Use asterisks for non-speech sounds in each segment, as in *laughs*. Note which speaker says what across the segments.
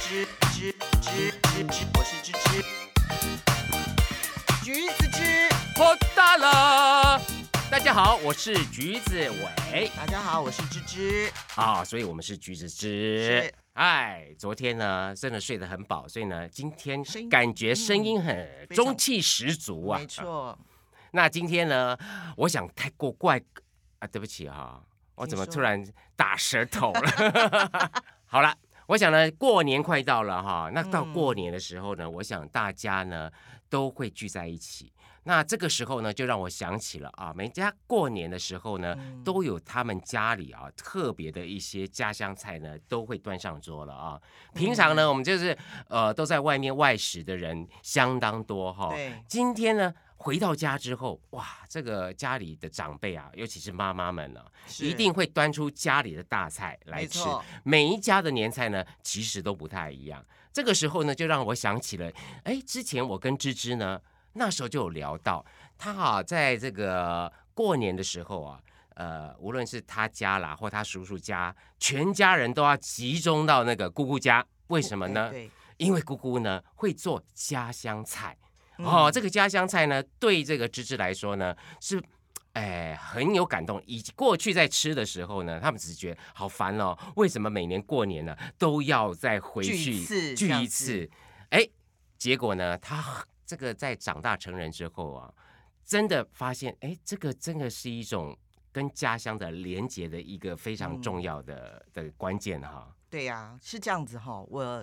Speaker 1: 芝芝芝芝，我是芝芝。橘子芝，
Speaker 2: 喝大了。大家好，我是橘子伟
Speaker 1: 大家好，我是芝芝。
Speaker 2: 啊，所以我们是橘子汁
Speaker 1: 是。
Speaker 2: 哎，昨天呢，真的睡得很饱，所以呢，今天
Speaker 1: 声音嗯
Speaker 2: 感觉声音很
Speaker 1: 非常
Speaker 2: 中气十足啊
Speaker 1: 没。错，
Speaker 2: 那今天呢，我想太过怪啊，对不起哈、我怎么
Speaker 1: 请说
Speaker 2: 突然打舌头了？ *laughs* 好了。我想呢，过年快到了哈，那到
Speaker 1: 嗯
Speaker 2: 过年的时候呢，我想大家呢都会聚在一起。那这个时候呢，就让我想起了啊，每家过年的时候呢，
Speaker 1: 嗯
Speaker 2: 都有他们家里啊特别的一些家乡菜呢，都会端上桌了啊。平常
Speaker 1: 嗯
Speaker 2: 呢，我们就是呃都在外面外食的人相当多哈、
Speaker 1: 对，
Speaker 2: 今天呢，回到家之后，哇，这个家里的长辈啊，尤其是妈妈们呢、啊
Speaker 1: 是
Speaker 2: 一定会端出家里的大菜来
Speaker 1: 没
Speaker 2: 吃。
Speaker 1: 错，
Speaker 2: 每一家的年菜呢，其实都不太一样。这个时候呢，就让我想起了，哎，之前我跟芝芝呢，那时候就有聊到，她啊，在这个过年的时候啊，呃，无论是她家啦，或她叔叔家，全家人都要集中到那个姑姑家。为什么呢？
Speaker 1: 对，
Speaker 2: 因为姑姑呢会做家乡菜。
Speaker 1: 嗯
Speaker 2: 哦，这个家乡菜呢，对这个芝芝来说呢是。哎，很有感动。以及过去在吃的时候呢，他们只是觉得好烦哦，为什么每年过年呢都要再回去
Speaker 1: 聚一次
Speaker 2: 聚
Speaker 1: 这
Speaker 2: 一
Speaker 1: 样
Speaker 2: 次？哎，结果呢，他这个在长大成人之后啊，真的发现，哎，这个真的是一种跟家乡的连结的一个非常
Speaker 1: 嗯
Speaker 2: 重要的、的关键哈、
Speaker 1: 对呀、是这样子哈。我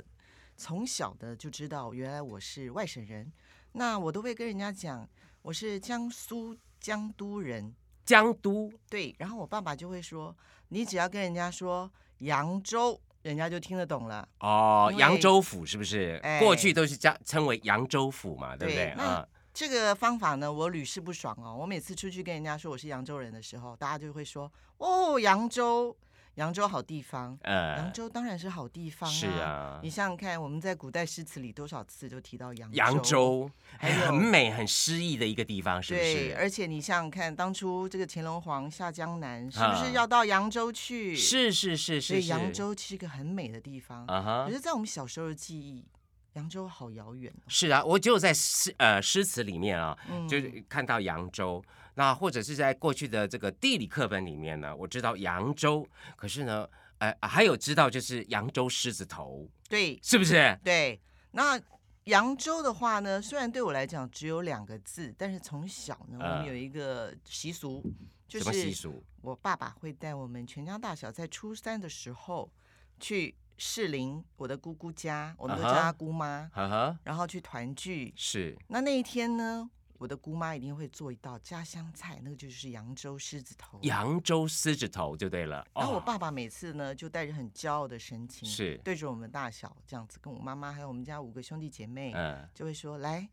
Speaker 1: 从小的就知道，原来我是外省人，那我都会跟人家讲我是江苏江都人。
Speaker 2: 江都
Speaker 1: 对，然后我爸爸就会说，你只要跟人家说扬州，人家就听得懂了。
Speaker 2: 哦，
Speaker 1: 因为
Speaker 2: 扬州府是不是？
Speaker 1: 哎
Speaker 2: 过去都是叫称为扬州府嘛，对不对
Speaker 1: 对那
Speaker 2: 啊？
Speaker 1: 这个方法呢，我屡试不爽哦。我每次出去跟人家说我是扬州人的时候，大家就会说：“哦，扬州，扬州好地方。”扬
Speaker 2: 呃，
Speaker 1: 州当然是好地方
Speaker 2: 是啊
Speaker 1: 你，想想看，我们在古代诗词里多少次都提到扬州。
Speaker 2: 扬州哎
Speaker 1: 还有
Speaker 2: 很美、很诗意的一个地方，是不
Speaker 1: 对，
Speaker 2: 是？
Speaker 1: 而且你想想看，当初这个乾隆皇下江南，是不
Speaker 2: 啊
Speaker 1: 是要到扬州去？，
Speaker 2: 是是是
Speaker 1: 所
Speaker 2: 是
Speaker 1: 以
Speaker 2: 是。
Speaker 1: 扬州是一个很美的地方。
Speaker 2: 啊哈
Speaker 1: 可，是，在我们小时候的记忆，扬州好遥远哦。
Speaker 2: 是啊，我只有在诗呃诗词里面啊，
Speaker 1: 嗯
Speaker 2: 就是看到扬州。那或者是在过去的这个地理课本里面呢，我知道扬州，可是呢，呃，还有知道就是扬州狮子头，
Speaker 1: 对，
Speaker 2: 是不是？
Speaker 1: 对，那扬州的话呢，虽然对我来讲只有两个字，但是从小呢，我
Speaker 2: 呃
Speaker 1: 们有一个习俗，就
Speaker 2: 什么习
Speaker 1: 是
Speaker 2: 俗？
Speaker 1: 我爸爸会带我们全家大小在初三的时候去士林我的姑姑家，我们都叫
Speaker 2: 啊哈
Speaker 1: 她姑妈，
Speaker 2: 哈哈，
Speaker 1: 然后去团聚。
Speaker 2: 是
Speaker 1: 那那一天呢？我的姑妈一定会做一道家乡菜，那个就是扬州狮子头。
Speaker 2: 扬州狮子头就对了。
Speaker 1: 然后我
Speaker 2: 哦
Speaker 1: 爸爸每次呢，就带着很骄傲的神情，
Speaker 2: 是
Speaker 1: 对着我们大小这样子，跟我妈妈还有我们家五个兄弟姐妹，
Speaker 2: 嗯，
Speaker 1: 就会说：“来，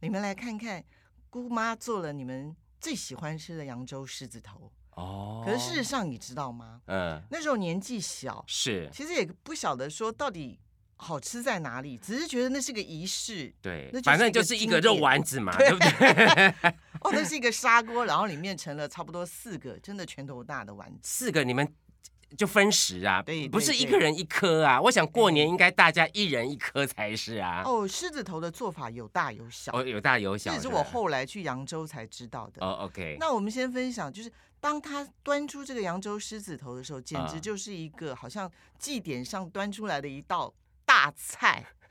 Speaker 1: 你们来看看，姑妈做了你们最喜欢吃的扬州狮子头。”
Speaker 2: 哦，
Speaker 1: 可是事实上，你知道吗？
Speaker 2: 嗯，
Speaker 1: 那时候年纪小，
Speaker 2: 是，
Speaker 1: 其实也不晓得说到底好吃在哪里，只是觉得那是个仪式
Speaker 2: 对
Speaker 1: 那，就
Speaker 2: 反
Speaker 1: 是
Speaker 2: 正
Speaker 1: 一
Speaker 2: 就
Speaker 1: 个
Speaker 2: 是一
Speaker 1: 经
Speaker 2: 个肉
Speaker 1: 典
Speaker 2: 丸子嘛，对不对？ *laughs*
Speaker 1: 哦，那是一个砂锅，然后里面盛了差不多四个真的拳头大的丸子。
Speaker 2: 四个你们就分食啊，
Speaker 1: 对
Speaker 2: 不
Speaker 1: 对
Speaker 2: 是一
Speaker 1: 对
Speaker 2: 个人一颗啊。我想过年
Speaker 1: 对
Speaker 2: 应该大家一人一颗才是啊。
Speaker 1: 哦，狮子头的做法有大有小，
Speaker 2: 哦，有大有
Speaker 1: 这
Speaker 2: 小
Speaker 1: 也
Speaker 2: 的。
Speaker 1: 是我后来去扬州才知道的。
Speaker 2: 哦，OK，
Speaker 1: 那我们先分享，就是当他端出这个扬州狮子头的时候，简直
Speaker 2: 啊
Speaker 1: 就是一个好像祭典上端出来的一道大菜。
Speaker 2: *laughs*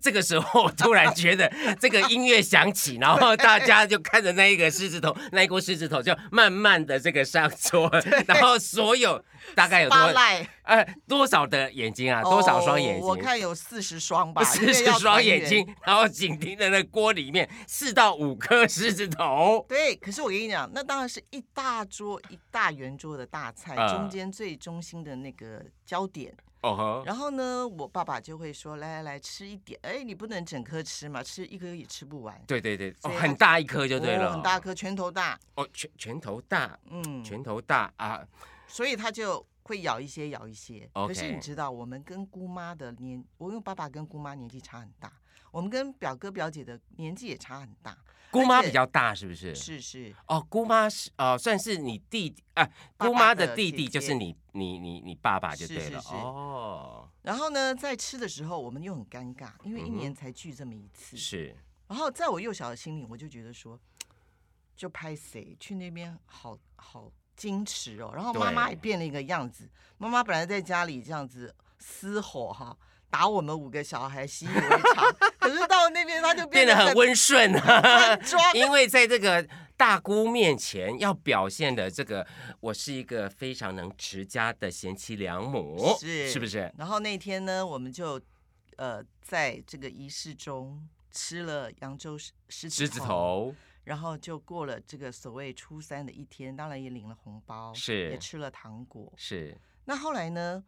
Speaker 2: 这个时候我突然觉得这个音乐响
Speaker 1: *laughs*
Speaker 2: 起，然后大家就看着那一个狮子头，那一锅狮子头就慢慢的这个上
Speaker 1: *laughs*
Speaker 2: 桌，然后所有大概有多
Speaker 1: 八赖
Speaker 2: 呃多少的眼睛啊，多少双眼睛？
Speaker 1: 哦我看有四十
Speaker 2: *laughs*
Speaker 1: 双吧，因
Speaker 2: 四
Speaker 1: 为
Speaker 2: 十
Speaker 1: 要
Speaker 2: 双
Speaker 1: 团
Speaker 2: 眼
Speaker 1: 圆。
Speaker 2: 睛，然后紧盯着那锅里面四到五颗狮子头。
Speaker 1: 对，可是我跟你讲，那当然是一大桌一大圆桌的大菜，
Speaker 2: 啊
Speaker 1: 中间最中心的那个焦点。
Speaker 2: 哦吼，
Speaker 1: 然后呢，我爸爸就会说：“来来来，吃一点。”哎，你不能整颗吃嘛，吃一颗也吃不完。
Speaker 2: 对对对，哦
Speaker 1: 所以它
Speaker 2: 很大一颗就对
Speaker 1: 哦
Speaker 2: 了，
Speaker 1: 很大颗，拳头大。
Speaker 2: 哦，拳拳头大，
Speaker 1: 嗯，
Speaker 2: 拳头大啊，
Speaker 1: 所以他就会咬一些，咬一些。可是
Speaker 2: OK
Speaker 1: 你知道，我们跟姑妈的年，我跟爸爸跟姑妈年纪差很大，我们跟表哥表姐的年纪也差很大。
Speaker 2: 姑妈
Speaker 1: 而且
Speaker 2: 比较大，是不是？
Speaker 1: 是是，
Speaker 2: 哦，姑妈是哦，算是你弟啊，
Speaker 1: 爸
Speaker 2: 姑
Speaker 1: 爸
Speaker 2: 妈
Speaker 1: 的
Speaker 2: 的弟
Speaker 1: 姐
Speaker 2: 弟就
Speaker 1: 姐
Speaker 2: 是你你你你爸爸就是对
Speaker 1: 是
Speaker 2: 了
Speaker 1: 是
Speaker 2: 哦，
Speaker 1: 然后呢，在吃的时候，我们又很尴尬，因为一
Speaker 2: 嗯
Speaker 1: 年才聚这么一次。
Speaker 2: 是
Speaker 1: 然后在我幼小的心里，我就觉得说，就拍谁去那边好好矜持哦。然后妈妈
Speaker 2: 对
Speaker 1: 也变了一个样子，妈妈本来在家里这样子嘶吼哈，打我们五个小孩习以为常， *laughs* 可是到那边她就
Speaker 2: 变得很温
Speaker 1: *laughs*
Speaker 2: 顺啊，
Speaker 1: 很装。
Speaker 2: *laughs* 因为在这个大姑面前要表现的这个，我是一个非常能持家的贤妻良母，
Speaker 1: 是
Speaker 2: 不是？
Speaker 1: 然后那天呢，我们就呃在这个仪式中吃了扬州狮狮
Speaker 2: 狮子，头
Speaker 1: 然后就过了这个所谓初三的一天，当然也领了红包，
Speaker 2: 是
Speaker 1: 也吃了糖果，
Speaker 2: 是
Speaker 1: 那后来呢？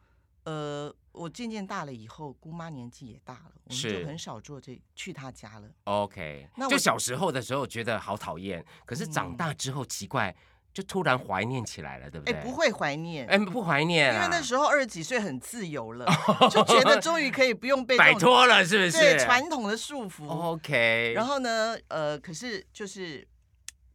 Speaker 1: 呃，我渐渐大了以后，姑妈年纪也大了，我们
Speaker 2: 是
Speaker 1: 就很少做这去她家了。
Speaker 2: OK，
Speaker 1: 那
Speaker 2: 就
Speaker 1: 我
Speaker 2: 小时候的时候觉得好讨厌，可是长
Speaker 1: 嗯
Speaker 2: 大之后奇怪，就突然怀念起来了，对不
Speaker 1: 哎、
Speaker 2: 对？
Speaker 1: 不，会怀念，
Speaker 2: 哎，不怀念
Speaker 1: 因为
Speaker 2: 啊
Speaker 1: 那时候二十几岁很自由
Speaker 2: *laughs*
Speaker 1: 了，就觉得终于可以不用被这
Speaker 2: 摆
Speaker 1: 种
Speaker 2: 脱了，是不是？哦
Speaker 1: 对传统的束缚。
Speaker 2: OK，
Speaker 1: 然
Speaker 2: 后
Speaker 1: 后呢，呃，可是就是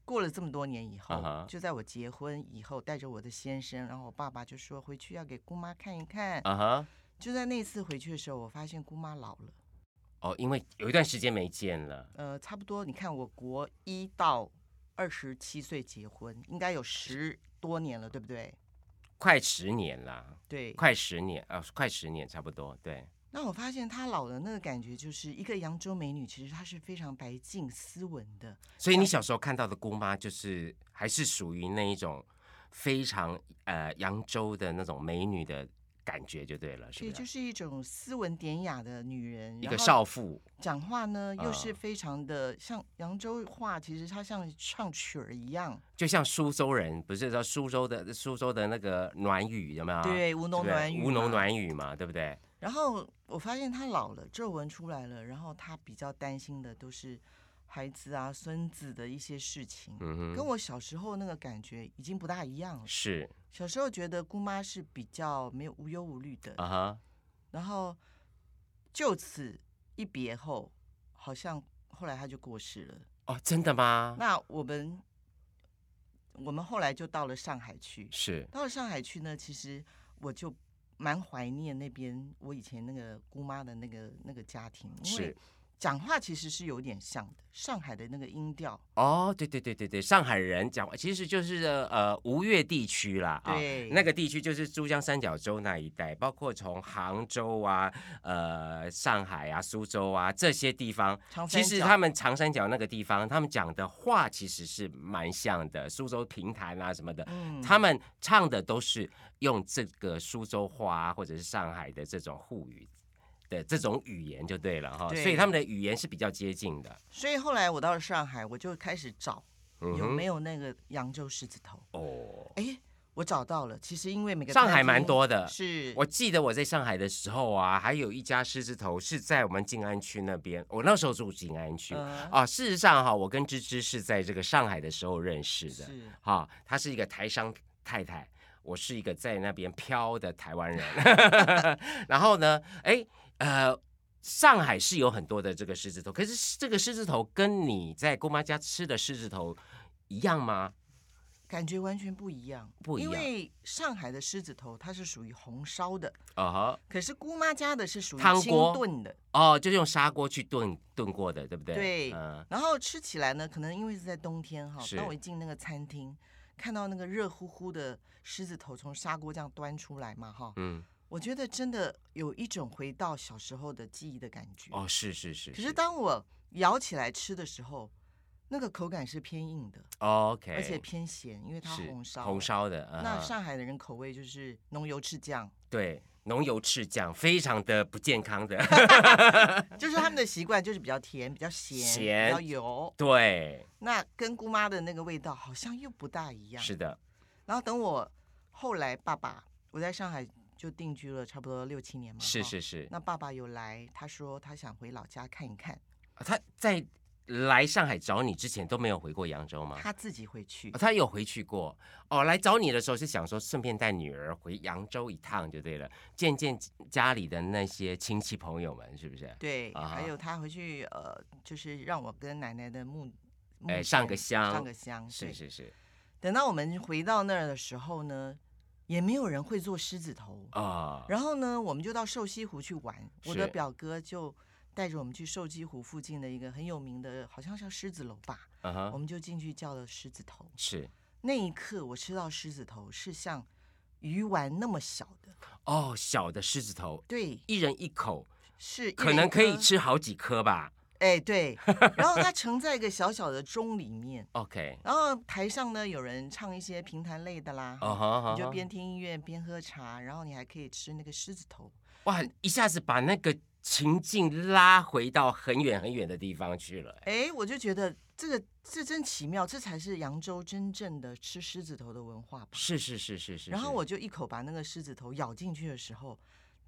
Speaker 1: 过了这么多年以后
Speaker 2: 啊哈
Speaker 1: 就在我结婚以后，带着我的先生，然后我爸爸就说回去要给姑妈看一看。
Speaker 2: 啊哈，
Speaker 1: 就在那次回去的时候，我发现姑妈老了。
Speaker 2: 哦，因为有一段时间没见了，
Speaker 1: 呃，差不多，你看我国一到二十七岁结婚，应该有十多年了，对不对？
Speaker 2: 快十年啦，
Speaker 1: 对。
Speaker 2: 快十年啊、快十年差不多，对，
Speaker 1: 那我发现她老的那个感觉，就是一个扬州美女，其实她是非常白净斯文的，
Speaker 2: 所以你小时候看到的姑妈，就是还是属于那一种非常呃扬州的那种美女的感觉就对了，是
Speaker 1: 对，
Speaker 2: 不是？
Speaker 1: 就是一种斯文典雅的女人。
Speaker 2: 一
Speaker 1: 然
Speaker 2: 个
Speaker 1: 后
Speaker 2: 少妇，
Speaker 1: 讲话呢，又
Speaker 2: 啊
Speaker 1: 是非常的、像扬州话，其实她像唱曲儿一样，
Speaker 2: 就像苏州人，不是说苏州的苏州的那个暖语有没有？
Speaker 1: 对，吴
Speaker 2: 啊是
Speaker 1: 侬
Speaker 2: 不是
Speaker 1: 软语，
Speaker 2: 吴侬。软语嘛，对不对？
Speaker 1: 然后我发现她老了，皱纹出来了，然后她比较担心的都是孩子啊、孙子的一些事情，
Speaker 2: 嗯
Speaker 1: 跟
Speaker 2: 哼，
Speaker 1: 我小时候那个感觉已经不大一样了。
Speaker 2: 是
Speaker 1: 小时候觉得姑妈是比较没有无忧无虑的，
Speaker 2: 啊哈，
Speaker 1: 然后就此一别后，好像后来她就过世了。
Speaker 2: 哦，真的吗？
Speaker 1: 那我们我们后来就到了上海去，
Speaker 2: 是
Speaker 1: 到了上海去呢，其实我就蛮怀念那边我以前那个姑妈的那个那个家庭，因为
Speaker 2: 是。
Speaker 1: 讲话其实是有点像的，上海的那个音调，
Speaker 2: 哦，对对对对对，上海人讲话其实就是呃吴越地区啦啊，
Speaker 1: 对
Speaker 2: 那个地区就是珠江三角洲那一带，包括从杭州啊、呃上海啊、苏州啊这些地方，
Speaker 1: 长
Speaker 2: 其
Speaker 1: 三
Speaker 2: 实
Speaker 1: 角
Speaker 2: 他们长三角那个地方，他们讲的话其实是蛮像的，苏州评弹啊什么的，
Speaker 1: 嗯
Speaker 2: 他们唱的都是用这个苏州话啊或者是上海的这种沪语的这种语言就对了哈，
Speaker 1: 对
Speaker 2: 所以他们的语言是比较接近的，
Speaker 1: 所以后来我到了上海，我就开始找
Speaker 2: 嗯
Speaker 1: 有
Speaker 2: 哼
Speaker 1: 没有那个扬州狮子头。
Speaker 2: 哦。
Speaker 1: 哎，我找到了。其实因为每个
Speaker 2: 上海
Speaker 1: 餐厅
Speaker 2: 蛮多的
Speaker 1: 是
Speaker 2: 我记得我在上海的时候啊，还有一家狮子头是在我们静安区那边，我那时候住静安区、
Speaker 1: 呃
Speaker 2: 啊。事实上哈、我跟芝芝是在这个上海的时候认识的，
Speaker 1: 是
Speaker 2: 哈、她是一个台商太太，我是一个在那边漂的台湾人。然后呢，哎，呃，上海是有很多的这个狮子头，可是这个狮子头跟你在姑妈家吃的狮子头一样吗？
Speaker 1: 感觉完全不一样，
Speaker 2: 不一样
Speaker 1: 因为上海的狮子头它是属于红烧的，
Speaker 2: 啊哈，
Speaker 1: 可是姑妈家的是属于
Speaker 2: 汤
Speaker 1: 清
Speaker 2: 锅
Speaker 1: 炖的。
Speaker 2: 哦，就用砂锅去炖炖过的，对不对？
Speaker 1: 对
Speaker 2: 嗯、
Speaker 1: 然后吃起来呢，可能因为是在冬天哈
Speaker 2: 是，
Speaker 1: 当我一进那个餐厅，看到那个热乎乎的狮子头从砂锅这样端出来嘛哈，
Speaker 2: 嗯，
Speaker 1: 我觉得真的有一种回到小时候的记忆的感觉。
Speaker 2: 哦，是是是，
Speaker 1: 可是当我咬起来吃的时候，那个口感是偏硬的，
Speaker 2: OK，
Speaker 1: 而且偏咸，因为它
Speaker 2: 哎是
Speaker 1: 红烧。
Speaker 2: 红。烧的，
Speaker 1: 那
Speaker 2: 啊
Speaker 1: 上海的人口味就是浓油赤酱，
Speaker 2: 对浓油赤酱，非常的不健康
Speaker 1: *laughs*
Speaker 2: 的，
Speaker 1: 就是他们的习惯，就是比较甜、比较咸、
Speaker 2: 咸
Speaker 1: 比较油。
Speaker 2: 对，
Speaker 1: 那跟姑妈的那个味道好像又不大一样。
Speaker 2: 是的，
Speaker 1: 然后等我后来爸爸，我在上海就定居了差不多六七年嘛。
Speaker 2: 是
Speaker 1: 哈。
Speaker 2: 是是，
Speaker 1: 那爸爸有来，他说他想回老家看一看。
Speaker 2: 他在来上海找你之前都没有回过扬州吗？
Speaker 1: 他自己会去
Speaker 2: 哦、，他有回去过哦，来找你的时候是想说顺便带女儿回扬州一趟就对了，见见家里的那些亲戚朋友们，是不是？
Speaker 1: 对，
Speaker 2: 啊
Speaker 1: 还有他回去呃，就是让我跟奶奶的墓，墓
Speaker 2: 哎上
Speaker 1: 前
Speaker 2: 个香
Speaker 1: 上个香，
Speaker 2: 是
Speaker 1: 对
Speaker 2: 是是，
Speaker 1: 等到我们回到那儿的时候呢，也没有人会做狮子头。
Speaker 2: 啊、
Speaker 1: 然后呢，我们就到瘦西湖去玩。我的
Speaker 2: 是
Speaker 1: 表哥就带着我们去瘦西湖附近的一个很有名的，好像叫狮子楼吧，
Speaker 2: 嗯
Speaker 1: 我
Speaker 2: 哼，
Speaker 1: 们就进去叫了狮子头。
Speaker 2: 是
Speaker 1: 那一刻，我吃到狮子头是像鱼丸那么小的，
Speaker 2: 哦，小的狮子头，
Speaker 1: 对，
Speaker 2: 一人一口，
Speaker 1: 是一
Speaker 2: 可
Speaker 1: 人
Speaker 2: 能
Speaker 1: 一
Speaker 2: 可以
Speaker 1: 颗。
Speaker 2: 吃好几颗吧。
Speaker 1: 哎，对。然后它盛在一个小小的盅里面，
Speaker 2: OK，
Speaker 1: 然后台上呢有人唱一些评弹类的啦。
Speaker 2: 哦哈，哈
Speaker 1: 你就
Speaker 2: 哈
Speaker 1: 边听音乐边喝茶，然后你还可以吃那个狮子头。
Speaker 2: 哇，一下子把那个情境拉回到很远很远的地方去了。
Speaker 1: 哎，我就觉得这个这真奇妙，这才是扬州真正的吃狮子头的文化吧。
Speaker 2: 是是是是是。
Speaker 1: 然后
Speaker 2: 是，
Speaker 1: 我就一口把那个狮子头咬进去的时候，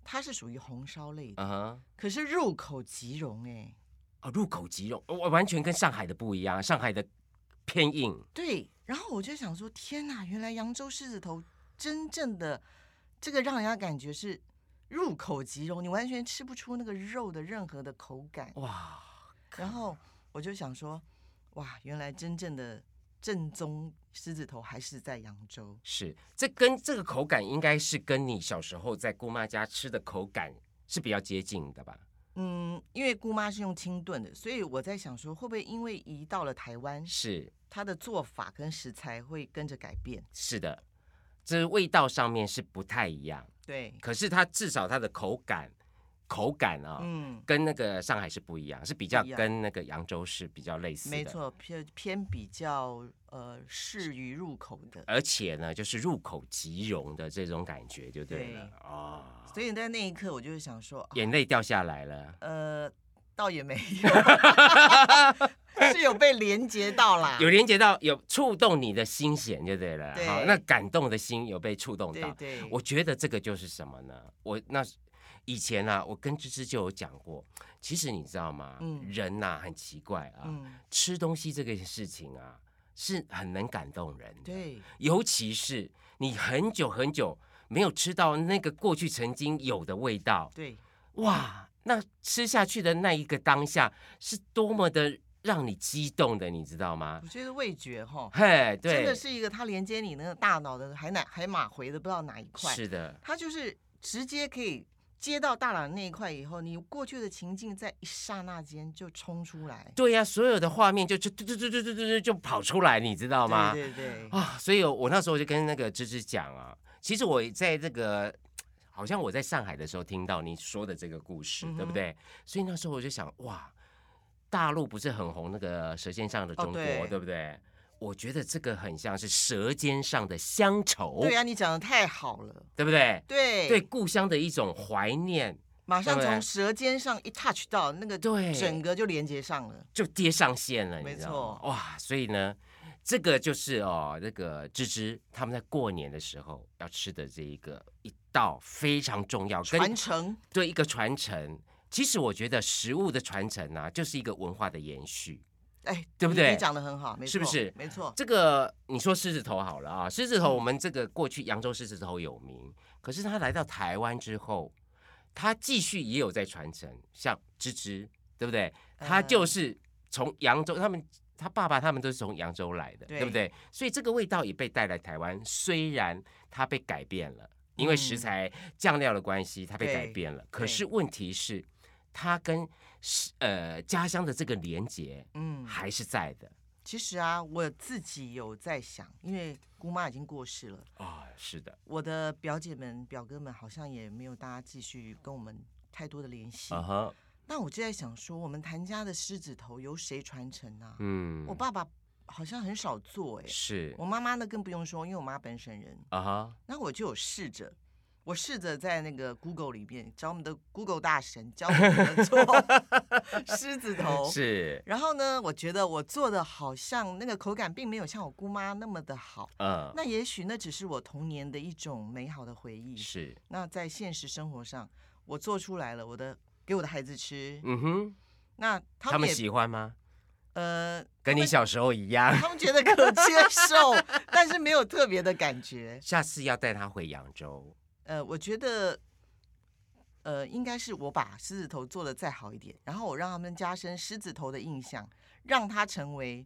Speaker 1: 它是属于红烧类的，
Speaker 2: 嗯哼。
Speaker 1: 可是入口即溶哎。
Speaker 2: 哦，入口即溶，我完全跟上海的不一样，上海的偏硬，
Speaker 1: 对，然后我就想说，天哪，原来扬州狮子头真正的这个让人家感觉是入口即溶，你完全吃不出那个肉的任何的口
Speaker 2: 哦
Speaker 1: 感。
Speaker 2: 哇，
Speaker 1: 然后我就想说，哇，原来真正的正宗狮子头还是在扬州。
Speaker 2: 是这跟这个口感应该是跟你小时候在姑妈家吃的口感是比较接近的吧？
Speaker 1: 嗯，因为姑妈是用清炖的，所以我在想说，会不会因为移到了台湾，
Speaker 2: 是
Speaker 1: 它的做法跟食材会跟着改变？
Speaker 2: 是的，这味道上面是不太一样，
Speaker 1: 对，
Speaker 2: 可是它至少它的口感口感啊、
Speaker 1: 嗯，
Speaker 2: 跟那个上海是不一样，是比较
Speaker 1: 不一样
Speaker 2: 跟那个扬州是比较类似的。
Speaker 1: 没错，偏偏比较呃适于入口的。
Speaker 2: 而且呢，就是入口即溶的这种感觉就对了
Speaker 1: 对哦
Speaker 2: 啊、
Speaker 1: 所以在那一刻，我就是想说，啊
Speaker 2: 眼泪掉下来了。
Speaker 1: 呃，倒也没 *laughs* 有，是有被连接到啦。
Speaker 2: 有连接到，有触动你的心弦就对了。
Speaker 1: 啊对
Speaker 2: 好，那感动的心有被触动
Speaker 1: 对
Speaker 2: 到。
Speaker 1: 对，
Speaker 2: 我觉得这个就是什么呢？我那以前啊，我跟芝芝就有讲过，其实你知道吗？
Speaker 1: 嗯
Speaker 2: 人呐、很奇怪啊，
Speaker 1: 嗯，
Speaker 2: 吃东西这个事情啊，是很能感动人的。
Speaker 1: 对
Speaker 2: 尤其是你很久很久没有吃到那个过去曾经有的味道，
Speaker 1: 对
Speaker 2: 哇，那吃下去的那一个当下是多么的让你激动的，你知道吗？
Speaker 1: 我觉得味觉哈，
Speaker 2: 嘿，对，
Speaker 1: 真的是一个它连接你那个大脑的海哪海马回的不知道哪一块，
Speaker 2: 是的，
Speaker 1: 它就是直接可以接到大脑那一块以后，你过去的情境在一刹那间就冲出来，
Speaker 2: 对呀、所有的画面就就就就就就就就就跑出来，你知道吗？
Speaker 1: 对对对，
Speaker 2: 啊，所以我那时候就跟那个芝芝讲啊，其实我在这个。好像我在上海的时候听到你说的这个故事，
Speaker 1: 嗯哼
Speaker 2: 对不对？所以那时候我就想，哇，大陆不是很红那个《舌尖上的中国》
Speaker 1: 哦对
Speaker 2: 对不对？我觉得这个很像是《舌尖上的乡愁》
Speaker 1: 对啊，你讲的太好了，
Speaker 2: 对不对？
Speaker 1: 对
Speaker 2: 对，故乡的一种怀念，
Speaker 1: 马上
Speaker 2: 对不
Speaker 1: 从
Speaker 2: 对
Speaker 1: 舌尖上一 touch 到那个，
Speaker 2: 对
Speaker 1: 整个就连接上了，
Speaker 2: 就跌上线了，
Speaker 1: 没
Speaker 2: 你知道吗？
Speaker 1: 错
Speaker 2: 哇，所以呢，这个就是哦，那个芝芝他们在过年的时候要吃的这一个一道非常重要，
Speaker 1: 传
Speaker 2: 跟
Speaker 1: 承，
Speaker 2: 对一个传承。其实我觉得食物的传承啊，就是一个文化的延续。
Speaker 1: 哎，
Speaker 2: 对不
Speaker 1: 你
Speaker 2: 对
Speaker 1: 你讲的很好，没错，
Speaker 2: 是不是
Speaker 1: 没错，
Speaker 2: 这个你说狮子头好了啊，狮子头我
Speaker 1: 嗯
Speaker 2: 们这个过去扬州狮子头有名，可是他来到台湾之后，他继续也有在传承，像芝芝，对不对？他
Speaker 1: 呃
Speaker 2: 就是从扬州，他们他爸爸他们都是从扬州来的，
Speaker 1: 对
Speaker 2: 对不对？所以这个味道也被带来台湾，虽然它被改变了，因为食
Speaker 1: 嗯
Speaker 2: 材酱料的关系，它被改
Speaker 1: 对
Speaker 2: 变了。可
Speaker 1: 对
Speaker 2: 是问题是，它跟是呃家乡的这个连结
Speaker 1: 嗯。
Speaker 2: 还是在的
Speaker 1: 其实啊，我自己有在想，因为姑妈已经过世了，
Speaker 2: 啊、是的，
Speaker 1: 我的表姐们、表哥们好像也没有大家继续跟我们太多的联系。
Speaker 2: 啊哈。
Speaker 1: 那我就在想说，我们谭家的狮子头由谁传承啊？
Speaker 2: 嗯
Speaker 1: 我爸爸好像很少做、欸，
Speaker 2: 是
Speaker 1: 我妈妈呢更不用说，因为我妈本省人。
Speaker 2: 啊哈，
Speaker 1: 那我就有试着，我试着在那个 Google 里面找我们的 Google 大神教我怎么做
Speaker 2: *laughs*
Speaker 1: 狮子头。
Speaker 2: 是
Speaker 1: 然后呢，我觉得我做的好像那个口感并没有像我姑妈那么的好。
Speaker 2: 嗯，
Speaker 1: 那也许那只是我童年的一种美好的回忆。
Speaker 2: 是
Speaker 1: 那在现实生活上，我做出来了，我的给我的孩子吃，
Speaker 2: 嗯哼，
Speaker 1: 那
Speaker 2: 他
Speaker 1: 他们
Speaker 2: 们
Speaker 1: 也
Speaker 2: 喜欢吗？
Speaker 1: 呃，
Speaker 2: 跟你小时候一样。
Speaker 1: 他们觉得可接受，但是没有特别的感觉。
Speaker 2: 下次要带他回扬州，
Speaker 1: 呃，我觉得，呃，应该是我把狮子头做的再好一点，然后我让他们加深狮子头的印象，让它成为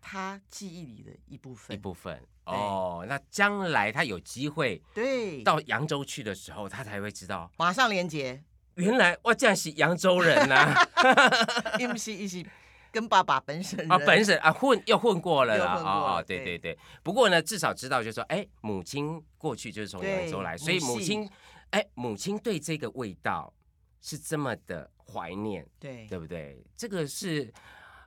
Speaker 1: 他记忆里的一部
Speaker 2: 一
Speaker 1: 分。
Speaker 2: 部分
Speaker 1: 对
Speaker 2: 哦。那将来他有机会
Speaker 1: 对，
Speaker 2: 到扬州去的时候，他才会知道，
Speaker 1: 马上连接，
Speaker 2: 原来我这样是扬州人呐、
Speaker 1: *laughs*
Speaker 2: 啊，
Speaker 1: 因为是
Speaker 2: *laughs*
Speaker 1: 一起跟爸爸本省人，
Speaker 2: 本省啊混又混过了啦，
Speaker 1: 又混过了
Speaker 2: 哦哦，对对对。不过呢，至少知道就是说，哎，母亲过去就是从扬州来，
Speaker 1: 对
Speaker 2: 所以母
Speaker 1: 母系
Speaker 2: 亲，哎，母亲对这个味道是这么的怀念。
Speaker 1: 对
Speaker 2: 对不对？这个是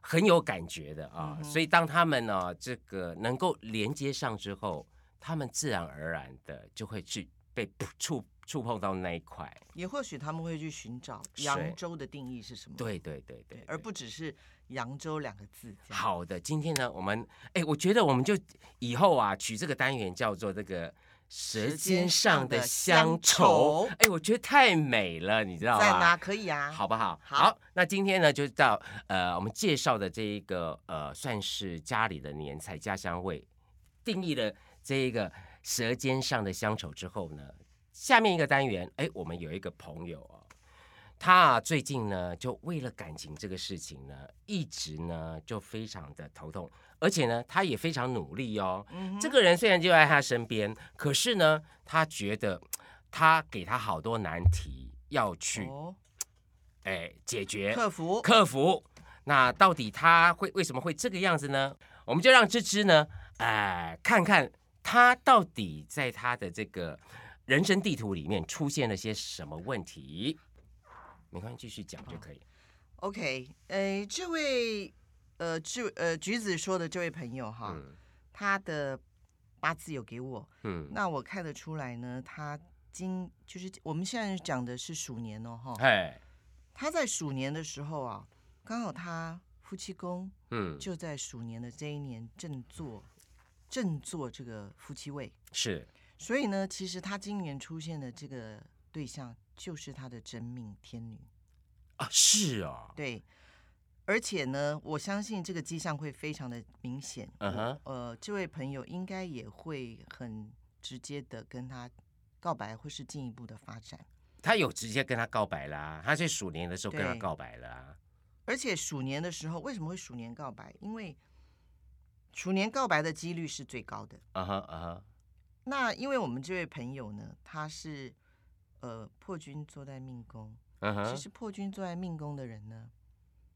Speaker 2: 很有感觉的
Speaker 1: 嗯
Speaker 2: 啊。所以当他们呢、这个能够连接上之后，他们自然而然的就会去被触触触碰到那一块。
Speaker 1: 也或许他们会去寻找
Speaker 2: 是
Speaker 1: 扬州的定义是什么，
Speaker 2: 对对对对
Speaker 1: 对，而不只是扬州两个字这样。
Speaker 2: 好的，今天呢，我们哎，我觉得我们就以后啊，取这个单元叫做这个。舌尖上的乡愁
Speaker 1: 乡愁，
Speaker 2: 哎，我觉得太美了，你知道吗？
Speaker 1: 在哪可以啊？
Speaker 2: 好不好？
Speaker 1: 好
Speaker 2: 那今天呢，就到呃，我们介绍的这一个呃，算是家里的年菜家乡味，定义了这一个舌尖上的乡愁之后呢，下面一个单元，哎，我们有一个朋友哦，他啊最近呢，就为了感情这个事情呢，一直呢就非常的头痛，而且呢，他也非常努力哦。这个人虽然就在他身边，可是呢，他觉得他给他好多难题要去。
Speaker 1: 哦，
Speaker 2: 哎解决
Speaker 1: 客服
Speaker 2: 客服。那到底他会为什么会这个样子呢？我们就让芝芝呢，哎、看看他到底在他的这个人生地图里面出现了些什么问题。没关系，继续讲就可以。
Speaker 1: OK，呃，这位呃，这呃橘子说的这位朋友哈，
Speaker 2: 嗯
Speaker 1: 他的八字有给我，
Speaker 2: 嗯，
Speaker 1: 哦那我看得出来呢，他今就是我们现在讲的是鼠年哦哈，
Speaker 2: 哎，
Speaker 1: 他在鼠年的时候啊，刚好他夫妻宫
Speaker 2: 嗯，
Speaker 1: 就在鼠年的这一年正坐正坐这个夫妻位，
Speaker 2: 是
Speaker 1: 所以呢，其实他今年出现的这个对象就是他的真命天女。
Speaker 2: 啊，是哦，
Speaker 1: 对，而且呢，我相信这个迹象会非常的明显。
Speaker 2: 嗯哼，
Speaker 1: 呃，这位朋友应该也会很直接的跟他告白，或是进一步的发展。
Speaker 2: 他有直接跟他告白啦，他在鼠年的时候跟他
Speaker 1: 对
Speaker 2: 告白啦。
Speaker 1: 而且鼠年的时候，为什么会鼠年告白？因为鼠年告白的几率是最高的。
Speaker 2: 啊哈啊哈，
Speaker 1: 那因为我们这位朋友呢，他是呃破军坐在命宫，
Speaker 2: 嗯
Speaker 1: 其
Speaker 2: 哼，
Speaker 1: 实破军坐在命宫的人呢，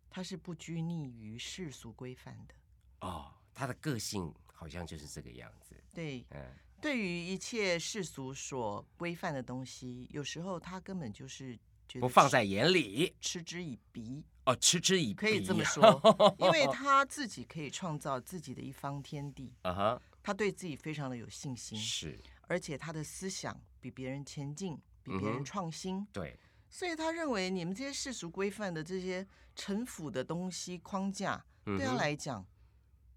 Speaker 1: 他是不拘泥于世俗规范的。
Speaker 2: 哦，他的个性好像就是这个样子，
Speaker 1: 对，
Speaker 2: 嗯，
Speaker 1: 对于一切世俗所规范的东西，有时候他根本就是觉得
Speaker 2: 不放
Speaker 1: 嗤
Speaker 2: 在眼里。
Speaker 1: 嗤之以鼻，
Speaker 2: 哦，嗤之以鼻，
Speaker 1: 可以这么
Speaker 2: *laughs*
Speaker 1: 说，因为他自己可以创造自己的一方天地，
Speaker 2: 啊哈，
Speaker 1: 他对自己非常的有信心，
Speaker 2: 是
Speaker 1: 而且他的思想比别人前进，比
Speaker 2: 嗯
Speaker 1: 别
Speaker 2: 哼
Speaker 1: 人创新，
Speaker 2: 对，
Speaker 1: 所以他认为你们这些世俗规范的这些陈腐的东西框架，
Speaker 2: 嗯
Speaker 1: 对他啊
Speaker 2: 哼
Speaker 1: 来讲，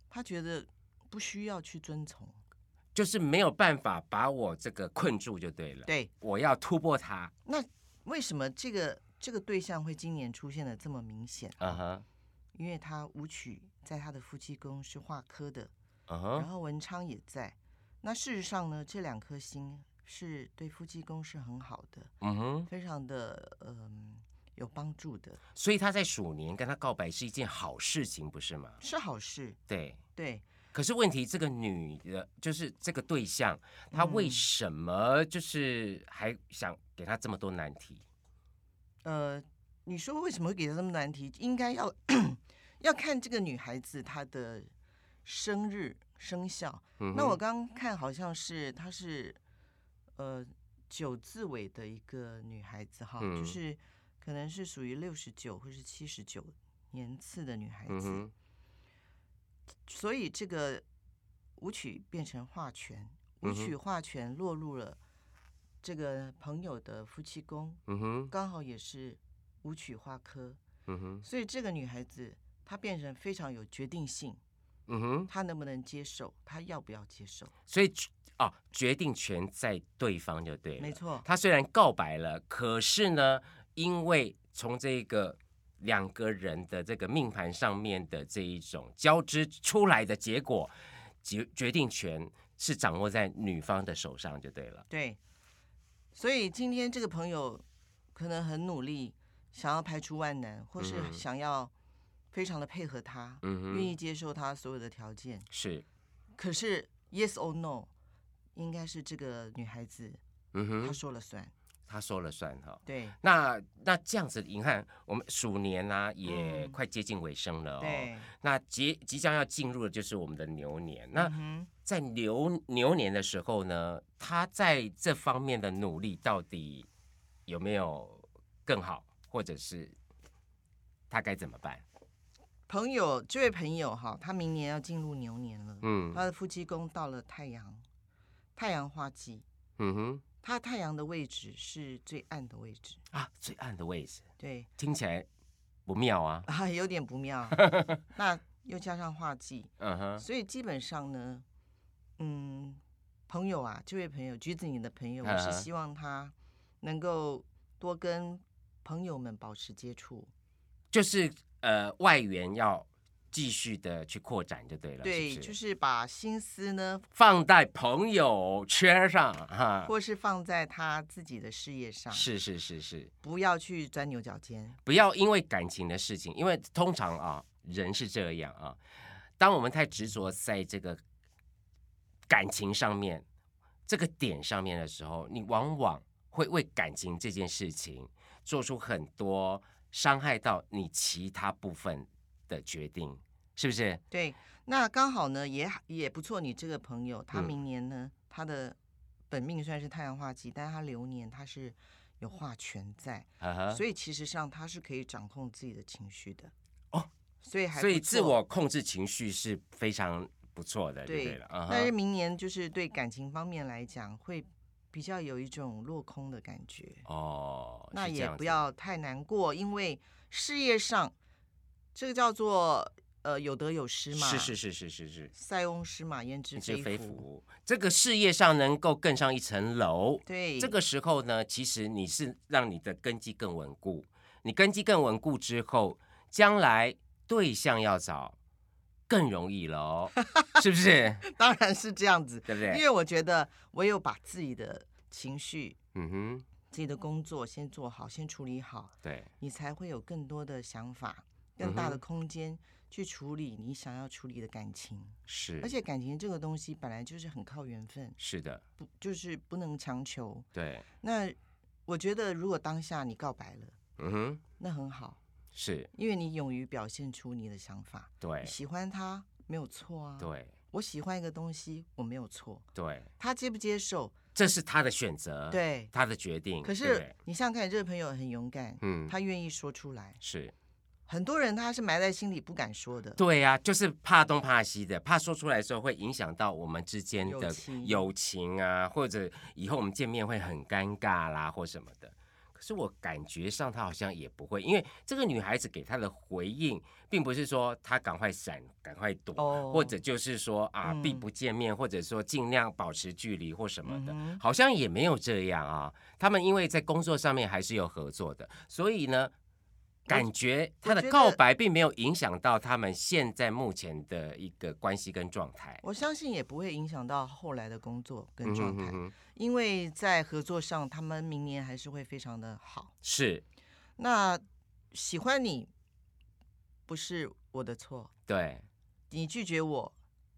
Speaker 1: 他觉得不需要去遵从，
Speaker 2: 就是没有办法把我这个困住就对了，，
Speaker 1: 对。
Speaker 2: 我要突破它，
Speaker 1: 那为什么这个这个对象会今年出现的这么明显？
Speaker 2: 啊哈，
Speaker 1: 因为他武曲在他的夫妻宫是化科的，
Speaker 2: 啊
Speaker 1: 然
Speaker 2: 哈，
Speaker 1: 后文昌也在。那事实上呢，这两颗星是对夫妻宫是很好的，
Speaker 2: 嗯哼，
Speaker 1: 非常的嗯、有帮助的，
Speaker 2: 所以他在鼠年跟他告白是一件好事情，不是吗？
Speaker 1: 是好事。
Speaker 2: 对，
Speaker 1: 对，
Speaker 2: 可是问题这个女的，就是这个对象，她为
Speaker 1: 嗯
Speaker 2: 什么就是还想给他这么多难题？
Speaker 1: 呃，你说为什么会给他这么难题？应该要 *coughs* 要看这个女孩子她的生日生肖。
Speaker 2: 嗯
Speaker 1: 那我
Speaker 2: 哼
Speaker 1: 刚看好像是她是呃九字尾的一个女孩子哈，
Speaker 2: 嗯
Speaker 1: 就是可能是属于六十九或是七十九年次的女孩
Speaker 2: 嗯
Speaker 1: 子，
Speaker 2: 哼，
Speaker 1: 所以这个舞曲变成化权，舞
Speaker 2: 嗯哼
Speaker 1: 曲化权落入了这个朋友的夫妻宫，
Speaker 2: 嗯哼，
Speaker 1: 刚好也是舞曲化科，
Speaker 2: 嗯哼，
Speaker 1: 所以这个女孩子她变成非常有决定性，
Speaker 2: 嗯哼，
Speaker 1: 她能不能接受，她要不要接受？
Speaker 2: 所以哦，决定权在对方就对了，
Speaker 1: 没错，
Speaker 2: 他虽然告白了，可是呢，因为从这个两个人的这个命盘上面的这一种交织出来的结果，决决定权是掌握在女方的手上就对了。
Speaker 1: 对，所以今天这个朋友可能很努力，想要排除万难，或
Speaker 2: 嗯
Speaker 1: 是想要非常的配合他，
Speaker 2: 嗯哼，
Speaker 1: 愿、意接受他所有的条件。
Speaker 2: 是，
Speaker 1: 可是 yes or no，应该是这个女孩子
Speaker 2: 嗯
Speaker 1: 她
Speaker 2: 哼，
Speaker 1: 说了算。
Speaker 2: 他说了算哈。
Speaker 1: 对
Speaker 2: 那那这样子，你看，我们鼠年呢、也
Speaker 1: 嗯
Speaker 2: 快接近尾声了哦。
Speaker 1: 对，
Speaker 2: 那即即将要进入的就是我们的牛年。那
Speaker 1: 嗯哼
Speaker 2: 在牛牛年的时候呢，他在这方面的努力到底有没有更好，或者是他该怎么办？
Speaker 1: 朋友这位朋友哈，他明年要进入牛年了，
Speaker 2: 嗯
Speaker 1: 他的夫妻宫到了太阳太阳化忌，
Speaker 2: 嗯哼
Speaker 1: 他太阳的位置是最暗的位置，
Speaker 2: 啊，最暗的位置
Speaker 1: 对，
Speaker 2: 听起来不妙啊。
Speaker 1: 啊，有点不
Speaker 2: *laughs*
Speaker 1: 妙。那又加上画技，
Speaker 2: 嗯哼，
Speaker 1: 所以基本上呢，嗯，朋友啊，这位朋友，橘子你的朋友，我
Speaker 2: 啊
Speaker 1: 是希望他能够多跟朋友们保持接触，
Speaker 2: 就是呃，外援要继续的去扩展就对了，
Speaker 1: 对，
Speaker 2: 是不
Speaker 1: 就是是把心思呢，
Speaker 2: 放在朋友圈上哈。
Speaker 1: 或是放在他自己的事业上，
Speaker 2: 是是是是，
Speaker 1: 不要去钻牛角尖。
Speaker 2: 不要因为感情的事情，因为通常啊，人是这样啊，当我们太执着在这个感情上面、这个点上面的时候，你往往会为感情这件事情做出很多伤害到你其他部分的决定，是不是？
Speaker 1: 对，那刚好呢，也也不错。你这个朋友，他
Speaker 2: 嗯
Speaker 1: 明年呢，他的本命虽然是太阳化忌，但是他流年他是有化权在，
Speaker 2: 呵呵
Speaker 1: 所以其实上他是可以掌控自己的情绪的。
Speaker 2: 哦，
Speaker 1: 所以还
Speaker 2: 所以
Speaker 1: 不
Speaker 2: 自
Speaker 1: 错。
Speaker 2: 我控制情绪是非常不错的，对不
Speaker 1: 对
Speaker 2: 对了？嗯
Speaker 1: 但是
Speaker 2: 哼
Speaker 1: 明年就是对感情方面来讲，会比较有一种落空的感觉。
Speaker 2: 哦，
Speaker 1: 那
Speaker 2: 是这
Speaker 1: 也
Speaker 2: 样
Speaker 1: 不
Speaker 2: 子
Speaker 1: 要太难过，因为事业上这个叫做呃有得有失嘛，
Speaker 2: 是是是是是是。
Speaker 1: 塞翁失马焉知
Speaker 2: 是
Speaker 1: 非
Speaker 2: 非
Speaker 1: 福。
Speaker 2: 福，这个事业上能够更上一层楼。
Speaker 1: 对，
Speaker 2: 这个时候呢，其实你是让你的根基更稳固，你根基更稳固之后，将来对象要找更容易喽，是不
Speaker 1: *laughs*
Speaker 2: 是？
Speaker 1: 当然是这样子，
Speaker 2: 对不
Speaker 1: 因
Speaker 2: 对？
Speaker 1: 为我觉得唯有把自己的情绪、
Speaker 2: 嗯哼，
Speaker 1: 自己的工作先做好，先处理好，
Speaker 2: 对，
Speaker 1: 你才会有更多的想法、
Speaker 2: 嗯
Speaker 1: 更大的空间去处理你想要处理的感情。
Speaker 2: 是，
Speaker 1: 而且感情这个东西本来就是很靠缘分，
Speaker 2: 是的，
Speaker 1: 不就是不能强求。
Speaker 2: 对，
Speaker 1: 那我觉得，如果当下你告白了，
Speaker 2: 嗯哼，
Speaker 1: 那很好，
Speaker 2: 是
Speaker 1: 因为你勇于表现出你的想法，
Speaker 2: 对
Speaker 1: 你，喜欢他没有错啊。
Speaker 2: 哎对，
Speaker 1: 我喜欢一个东西，我没有错，
Speaker 2: 对，
Speaker 1: 他接不接受，
Speaker 2: 这是他的选择，，
Speaker 1: 对。
Speaker 2: 他的决定。嗯对不
Speaker 1: 可是
Speaker 2: 对
Speaker 1: 你想想看，这个朋友很勇敢，
Speaker 2: 嗯，
Speaker 1: 他愿意说出来。
Speaker 2: 是
Speaker 1: 很多人他是埋在心里不敢说的。
Speaker 2: 对呀、就是怕东怕西的，怕说出来之后会影响到我们之间
Speaker 1: 友
Speaker 2: 的
Speaker 1: 情
Speaker 2: 友情啊，或者以后我们见面会很尴尬啦，或什么的。可是我感觉上她好像也不会，因为这个女孩子给她的回应，并不是说她赶快闪、赶快躲，
Speaker 1: 哦
Speaker 2: 或者就是说啊
Speaker 1: 嗯
Speaker 2: 避不见面，或者说尽量保持距离或什么的，
Speaker 1: 嗯哼
Speaker 2: 好像也没有这样啊。他们因为在工作上面还是有合作的，所以呢，感觉他的
Speaker 1: 觉得
Speaker 2: 告白并没有影响到他们现在目前的一个关系跟状态。
Speaker 1: 我相信也不会影响到后来的工作跟状态，
Speaker 2: 嗯哼哼哼
Speaker 1: 因为在合作上，他们明年还是会非常的好。
Speaker 2: 是
Speaker 1: 那喜欢你不是我的错，
Speaker 2: 对
Speaker 1: 你拒绝我，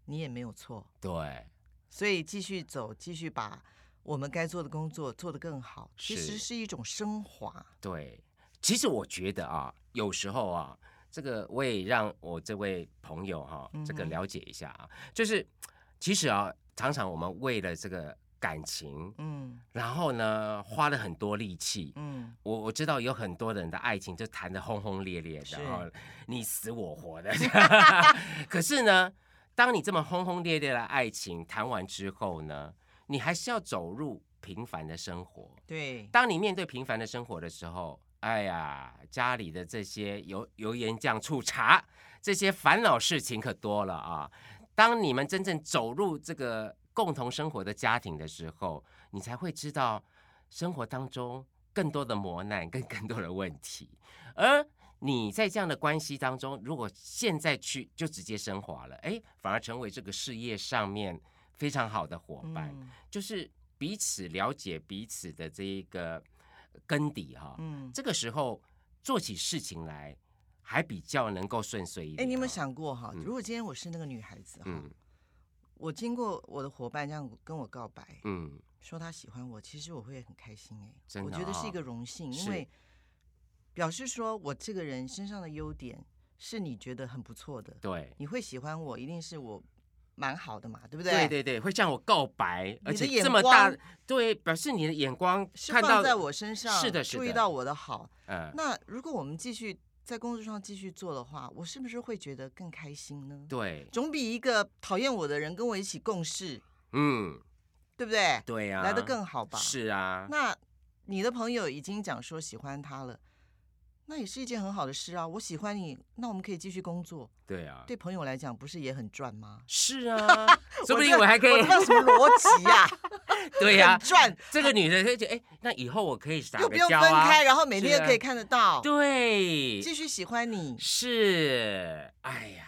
Speaker 1: 你也没有错，
Speaker 2: 对，
Speaker 1: 所以继续走，继续把我们该做的工作做得更好，其
Speaker 2: 是
Speaker 1: 实是一种升华。
Speaker 2: 对，其实我觉得啊，有时候啊，这个我也让我这位朋友哈、这个
Speaker 1: 嗯哼
Speaker 2: 了解一下啊，就是其实啊，常常我们为了这个感情，
Speaker 1: 嗯
Speaker 2: 然后呢，花了很多力气，
Speaker 1: 嗯，
Speaker 2: 我我知道有很多人的爱情就谈得轰轰烈烈的，
Speaker 1: 是
Speaker 2: 然后你死我活的。 *laughs* 可是呢，当你这么轰轰烈烈的爱情谈完之后呢，你还是要走入平凡的生活。
Speaker 1: 对，
Speaker 2: 当你面对平凡的生活的时候，哎呀，家里的这些油油盐酱醋茶这些烦恼事情可多了啊。当你们真正走入这个共同生活的家庭的时候，你才会知道生活当中更多的磨难跟更多的问题，而你在这样的关系当中，如果现在去就直接升华了，哎，反而成为这个事业上面非常好的伙伴，
Speaker 1: 嗯
Speaker 2: 就是彼此了解彼此的这一个根底哈、
Speaker 1: 嗯，
Speaker 2: 这个时候做起事情来还比较能够顺遂一点、
Speaker 1: 哎，你有没有
Speaker 2: 哦？
Speaker 1: 想过哈？
Speaker 2: 嗯
Speaker 1: 如果今天我是那个女孩子哈
Speaker 2: 嗯，
Speaker 1: 我经过我的伙伴这样跟我告白，
Speaker 2: 嗯，
Speaker 1: 说他喜欢我，其实我会很开心哎，
Speaker 2: 真
Speaker 1: 我
Speaker 2: 的
Speaker 1: 觉得是一
Speaker 2: 啊
Speaker 1: 个荣幸，因
Speaker 2: 是
Speaker 1: 为表示说我这个人身上的优点是你觉得很不错的，
Speaker 2: 对。
Speaker 1: 你会喜欢我，一定是我蛮好的嘛，对不对？
Speaker 2: 对对对，会向我告白，而
Speaker 1: 你的
Speaker 2: 且
Speaker 1: 眼
Speaker 2: 这么大
Speaker 1: 光，
Speaker 2: 对，表示你的眼光
Speaker 1: 是
Speaker 2: 看到
Speaker 1: 放在我身上，
Speaker 2: 是的是
Speaker 1: 注意
Speaker 2: 的
Speaker 1: 到我的好。
Speaker 2: 嗯，
Speaker 1: 那如果我们继续在工作上继续做的话，我是不是会觉得更开心呢？
Speaker 2: 对，
Speaker 1: 总比一个讨厌我的人跟我一起共事，
Speaker 2: 嗯，
Speaker 1: 对不对？
Speaker 2: 对呀、啊，
Speaker 1: 来的更好吧？。
Speaker 2: 是啊，
Speaker 1: 那你的朋友已经讲说喜欢他了，那也是一件很好的事啊。我喜欢你，那我们可以继续工作。
Speaker 2: 对啊，
Speaker 1: 对朋友来讲，不是也很赚吗？
Speaker 2: 是
Speaker 1: *laughs*
Speaker 2: 啊， *laughs* 说不定
Speaker 1: 这
Speaker 2: 我还可以
Speaker 1: 我，这叫什么逻辑呀、
Speaker 2: *laughs* 对呀、
Speaker 1: 很赚，
Speaker 2: 这个女的就觉得，哎，那以后我可
Speaker 1: *laughs*
Speaker 2: 以打
Speaker 1: 又
Speaker 2: 个
Speaker 1: 不用
Speaker 2: 胶
Speaker 1: 分
Speaker 2: 啊，
Speaker 1: 开，然哦后每
Speaker 2: 是
Speaker 1: 天
Speaker 2: 啊
Speaker 1: 又可以看得到，
Speaker 2: 对，
Speaker 1: 继续喜欢你。
Speaker 2: 是，哎呀，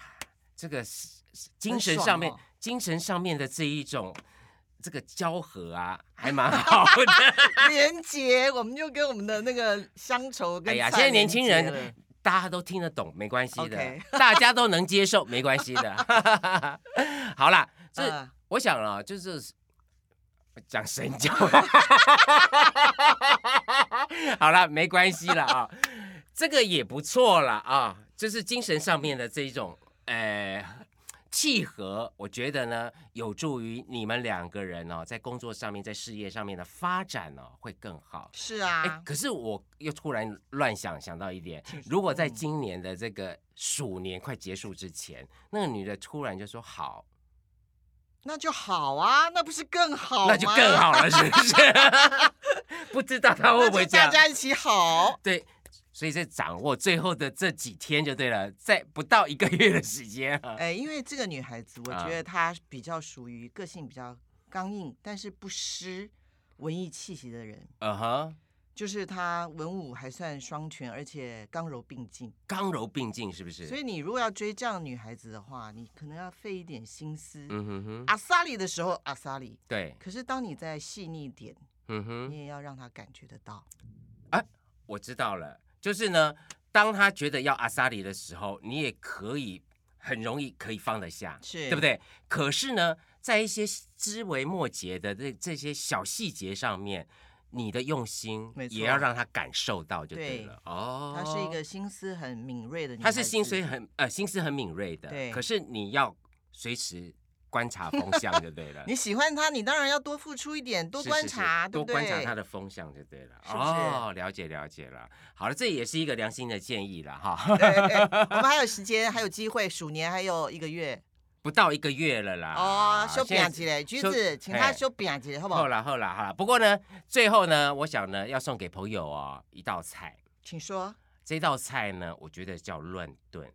Speaker 2: 这个是是精神
Speaker 1: 爽
Speaker 2: 上面，
Speaker 1: 哦
Speaker 2: 精神上面的这一种这个交合啊，还
Speaker 1: *laughs*
Speaker 2: 蛮好的。
Speaker 1: 连接，我们又跟我们的那个乡愁跟
Speaker 2: 哎呀，
Speaker 1: 菜
Speaker 2: 现在
Speaker 1: 连
Speaker 2: 年轻
Speaker 1: 结
Speaker 2: 人
Speaker 1: 了。
Speaker 2: 大家都听得懂，没关系的
Speaker 1: OK
Speaker 2: 大家都能接受，没关系的。 *laughs* 好啦，这、
Speaker 1: 呃
Speaker 2: 我想啊，就是讲神教， *laughs* 好了，没关系了啊，这个也不错了啊，就是精神上面的这一种呃契合，我觉得呢有助于你们两个人哦，在工作上面、在事业上面的发展哦会更好。
Speaker 1: 是
Speaker 2: 哎、
Speaker 1: 啊，
Speaker 2: 可是我又突然乱想想到一点
Speaker 1: 请，说
Speaker 2: 如果在
Speaker 1: 嗯
Speaker 2: 今年的这个鼠年快结束之前，那个女的突然就说好，
Speaker 1: 那就好啊，那不是更好吗？
Speaker 2: 那就更，
Speaker 1: *laughs*
Speaker 2: 好了，是不是？不知道他会不会这
Speaker 1: 大
Speaker 2: 样？
Speaker 1: 家一起好。
Speaker 2: 对，所以在掌握最后的这几天就对了，在不到一个月的时间
Speaker 1: *laughs*
Speaker 2: 啊。
Speaker 1: 哎，因为这个女孩子，我
Speaker 2: 啊
Speaker 1: 觉得她比较属于个性比较刚硬，但是不失文艺气息的人，
Speaker 2: 嗯哼，
Speaker 1: 就是她文武还算双全，而且刚柔并进。
Speaker 2: 刚柔并进是不是？
Speaker 1: 所以你如果要追这样的女孩子的话，你可能要费一点心思。
Speaker 2: 嗯哼哼，
Speaker 1: 阿萨里的时候，阿萨里。
Speaker 2: 对，
Speaker 1: 可是当你在细腻一点，
Speaker 2: 嗯哼，
Speaker 1: 你也要让她感觉得到。
Speaker 2: 我知道了，就是呢，当他觉得要阿萨里的时候，你也可以很容易可以放得下，
Speaker 1: 是
Speaker 2: 对不对？可是呢，在一些枝微末节的这这些小细节上面。你的用心
Speaker 1: 没错
Speaker 2: 也要让他感受到就
Speaker 1: 对
Speaker 2: 对了哦。
Speaker 1: 她是一个心思很敏锐的女孩
Speaker 2: 他
Speaker 1: 子。
Speaker 2: 是心思很呃心思很敏锐的，
Speaker 1: 对
Speaker 2: 可是你要随时观察风向就对了
Speaker 1: *laughs* ，你喜欢她，你当然要多付出一点，多
Speaker 2: 是
Speaker 1: 观
Speaker 2: 是是
Speaker 1: 察，对
Speaker 2: 多
Speaker 1: 不
Speaker 2: 观察
Speaker 1: 对
Speaker 2: 他的风向就对了。
Speaker 1: 是不是
Speaker 2: 哦，了解了解了。好了，这也是一个良心的建议了哈，
Speaker 1: *laughs* 对，我
Speaker 2: *laughs*
Speaker 1: 们还有时间，还有机会，鼠年还有一个月
Speaker 2: 不到一个月了啦。
Speaker 1: 哦，休
Speaker 2: 啊现在
Speaker 1: 饼起来，橘
Speaker 2: 休
Speaker 1: 子，请他
Speaker 2: 哎
Speaker 1: 休饼起来，好不好
Speaker 2: 后？啦后啦好啦。不过呢，最后呢，我想呢，要送给朋友哦一道菜。
Speaker 1: 请说，
Speaker 2: 这道菜呢，我觉得叫乱炖，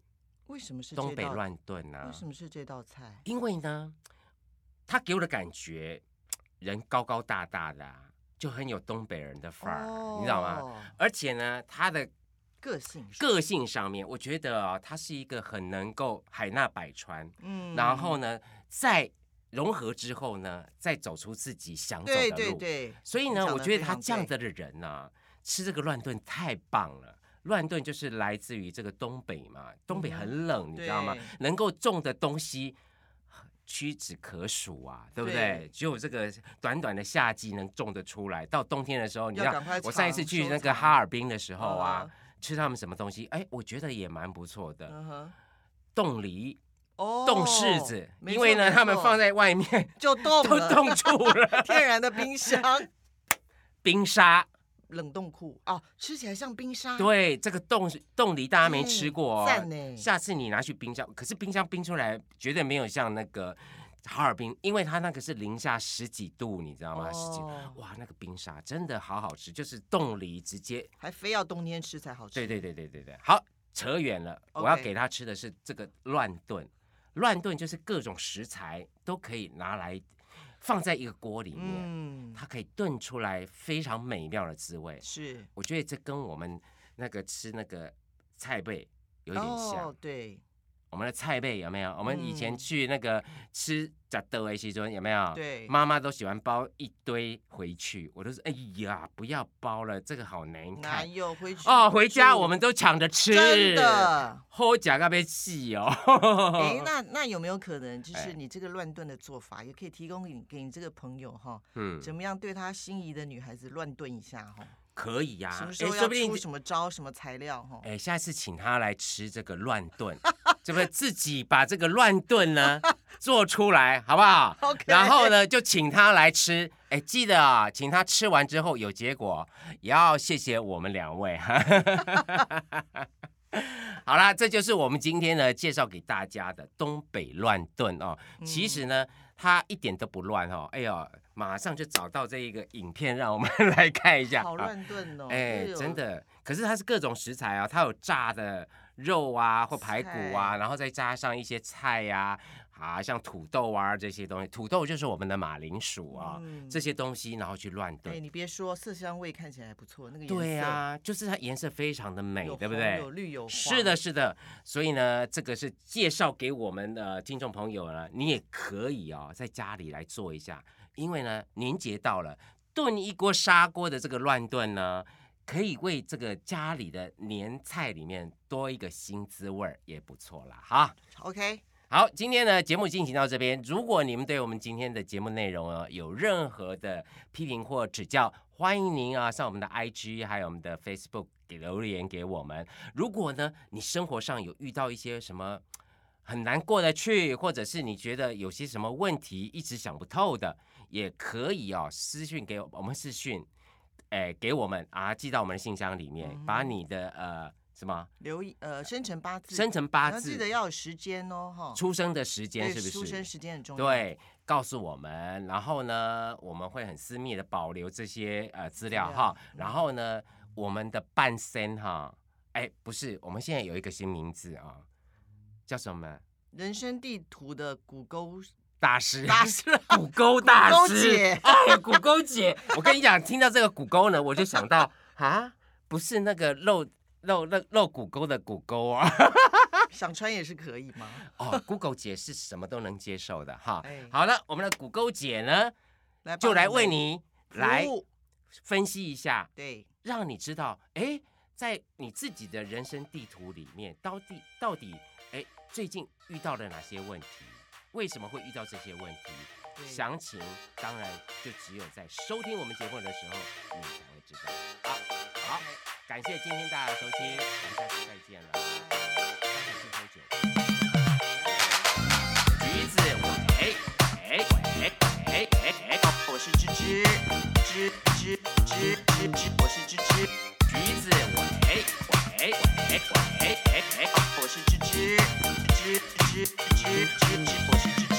Speaker 1: 为什么是
Speaker 2: 东
Speaker 1: 这
Speaker 2: 北
Speaker 1: 道？
Speaker 2: 乱炖啊。
Speaker 1: 为什么是这道菜？
Speaker 2: 因为呢，他给我的感觉，人高高大大的啊、就很有东北人的范儿，
Speaker 1: 哦
Speaker 2: 你知道吗？
Speaker 1: 吗？
Speaker 2: 而且呢，他的
Speaker 1: 个性是，
Speaker 2: 个性上面，我觉得啊，他是一个很能够海纳百川，
Speaker 1: 嗯
Speaker 2: 然后呢，在融合之后呢，再走出自己想走的
Speaker 1: 对
Speaker 2: 路。
Speaker 1: 对对，
Speaker 2: 所以
Speaker 1: 你
Speaker 2: 呢，
Speaker 1: 讲
Speaker 2: 我
Speaker 1: 得
Speaker 2: 觉
Speaker 1: 非
Speaker 2: 得他
Speaker 1: 常
Speaker 2: 这样
Speaker 1: 对
Speaker 2: 子的人呢、吃这个乱炖太棒了。乱炖就是来自于这个东北嘛，东北
Speaker 1: 嗯
Speaker 2: 很冷，你知道吗
Speaker 1: 对？
Speaker 2: 能够种的东西屈指可数啊，对不对？
Speaker 1: 对
Speaker 2: 只有这个短短的夏季能种得出来，到冬天的时候，你
Speaker 1: 要
Speaker 2: 知道
Speaker 1: 赶快
Speaker 2: 我上一次
Speaker 1: 藏
Speaker 2: 去
Speaker 1: 收
Speaker 2: 那个
Speaker 1: 藏
Speaker 2: 哈尔滨的时候
Speaker 1: 嗯
Speaker 2: 啊，吃他们什么东西，哎，我觉得也蛮不错的，
Speaker 1: 嗯哼，
Speaker 2: 冻梨、
Speaker 1: 哦，
Speaker 2: 冻柿子，
Speaker 1: 没
Speaker 2: 因为
Speaker 1: 错
Speaker 2: 呢，他们放
Speaker 1: 在
Speaker 2: 在外面 *laughs*
Speaker 1: 就冻
Speaker 2: 都
Speaker 1: 了，
Speaker 2: 冻住
Speaker 1: *laughs*
Speaker 2: 了，
Speaker 1: 天然的
Speaker 2: *laughs*
Speaker 1: 冰箱
Speaker 2: 冰沙。
Speaker 1: 冷冻库哦，吃起来像冰沙，
Speaker 2: 对，这个冻是冻梨大家没
Speaker 1: 哎
Speaker 2: 吃过、哦，
Speaker 1: 赞呢
Speaker 2: 下次你拿去冰箱，可是冰箱冰出来绝对没有像那个哈尔滨，因为它那个是零下十几度，你知道吗？十几
Speaker 1: 哦
Speaker 2: 哇，那个冰沙真的好好吃，就是冻梨直接，
Speaker 1: 还非要冬天吃才好吃，
Speaker 2: 对对对对对对，好扯远了。我要
Speaker 1: OK
Speaker 2: 给他吃的是这个乱炖，乱炖就是各种食材都可以拿来放在一个锅里面，
Speaker 1: 嗯，
Speaker 2: 它可以炖出来非常美妙的滋味。
Speaker 1: 是
Speaker 2: 我觉得这跟我们那个吃那个菜贝有一点像。
Speaker 1: 哦，对
Speaker 2: 我们的菜贝有没有？我们以前
Speaker 1: 嗯
Speaker 2: 去那个吃炸豆的时候有没有？
Speaker 1: 对，
Speaker 2: 妈妈都喜欢包一堆回去，我都是哎呀，不要包了，这个好难
Speaker 1: 哪
Speaker 2: 看
Speaker 1: 有回去
Speaker 2: 哦。回家
Speaker 1: 住
Speaker 2: 我们都抢着吃，
Speaker 1: 真的。
Speaker 2: 齁假咖啡气哦。 *laughs*
Speaker 1: 哎，那那有没有可能，就
Speaker 2: 哎
Speaker 1: 是你这个乱炖的做法，也可以提供给你给你这个朋友哈，
Speaker 2: 嗯，
Speaker 1: 怎么样对他心仪的女孩子乱炖一下哈？
Speaker 2: 可以呀、
Speaker 1: 什么时
Speaker 2: 哎
Speaker 1: 候
Speaker 2: 说
Speaker 1: 要
Speaker 2: 不定
Speaker 1: 出什么招、什么材料哈？
Speaker 2: 哎，下次请他来吃这个乱炖， *laughs* 这不是自己把这个乱炖
Speaker 1: *laughs*
Speaker 2: 呢做出来，好不好
Speaker 1: OK
Speaker 2: 然后呢，就请他来吃。哎，记得啊，请他吃完之后有结果，也要谢谢我们两位。 *laughs* 好啦，这就是我们今天呢介绍给大家的东北乱炖哦。
Speaker 1: 嗯
Speaker 2: 其实呢，它一点都不乱哦。哎呦，马上就找到这一个影片，让我们 *laughs* 来看一下。
Speaker 1: 好
Speaker 2: 啊
Speaker 1: 乱炖哦！
Speaker 2: 哎、
Speaker 1: 又有
Speaker 2: 真的，可是它是各种食材啊，它有炸的肉啊或排骨啊，
Speaker 1: 菜
Speaker 2: 然后再加上一些菜呀、啊，像土豆啊这些东西，土豆就是我们的马铃薯啊、
Speaker 1: 嗯
Speaker 2: 这些东西，然后去乱炖。
Speaker 1: 哎，你别说，色香味看起来还不错，那个颜色
Speaker 2: 对呀、啊，就是它颜色非常的美
Speaker 1: 有，
Speaker 2: 对不
Speaker 1: 红
Speaker 2: 对
Speaker 1: 有？绿有黄，
Speaker 2: 是的，，是的，所以呢，这个是介绍给我们的听众朋友呢，你也可以哦，在家里来做一下，因为呢，年节到了，炖一锅砂锅的这个乱炖呢，可以为这个家里的年菜里面多一个新滋味儿，也不错啦，哈。
Speaker 1: OK，
Speaker 2: 好，今天呢节目进行到这边。如果你们对我们今天的节目内容啊有任何的批评或指教，欢迎您啊上我们的 IG 还有我们的 Facebook 给留言给我们。如果呢你生活上有遇到一些什么很难过得去，或者是你觉得有些什么问题一直想不透的，也可以哦私讯给我我们私讯，哎给我们啊寄到我们的信箱里面，
Speaker 1: 嗯哼
Speaker 2: 把你的呃什么
Speaker 1: 留意呃生辰八字，
Speaker 2: 生辰八
Speaker 1: 然后记
Speaker 2: 字
Speaker 1: 得。要有时间哦哈，
Speaker 2: 出生的时间
Speaker 1: 对
Speaker 2: 是不是？
Speaker 1: 出生时间很重要，，
Speaker 2: 对，告诉我们，然后呢，我们会很私密的保留这些呃资料
Speaker 1: 资料嗯
Speaker 2: 哈，然后呢，我们的半身哈，哎，不是，我们现在有一个新名字啊，叫什么？
Speaker 1: 人生地图的骨沟
Speaker 2: 大师，
Speaker 1: 大师
Speaker 2: *laughs* 骨沟大
Speaker 1: 沟
Speaker 2: 师
Speaker 1: 姐，
Speaker 2: 哎呀，骨沟姐，我跟你讲，听到这个骨沟呢，我就想到啊，不是那个露露露露骨沟的骨沟啊， *laughs*
Speaker 1: 想穿也是可以吗？
Speaker 2: 哦，骨沟姐是什么都能接受的哈
Speaker 1: 哎。
Speaker 2: 好了，我们的骨沟姐呢，
Speaker 1: 来
Speaker 2: 就
Speaker 1: 帮
Speaker 2: 来
Speaker 1: 我
Speaker 2: 为
Speaker 1: 们
Speaker 2: 你
Speaker 1: 服
Speaker 2: 来
Speaker 1: 务
Speaker 2: 分析一下，
Speaker 1: 对，
Speaker 2: 让你知道，哎，在你自己的人生地图里面，到底到底，哎，最近遇到了哪些问题？为什么会遇到这些问题？
Speaker 1: 对
Speaker 2: 详情当然就只有在收听我们节目的时候，你才会知道。好，好，感谢今天大家的收听，我们下次再见了。刚才是喝酒。橘子，喂，哎哎哎哎哎，
Speaker 1: 我是芝芝，芝芝芝芝芝，我是芝芝，
Speaker 2: 橘子，喂喂喂喂哎哎。
Speaker 1: 我是芝芝，芝芝芝芝芝，我是芝芝。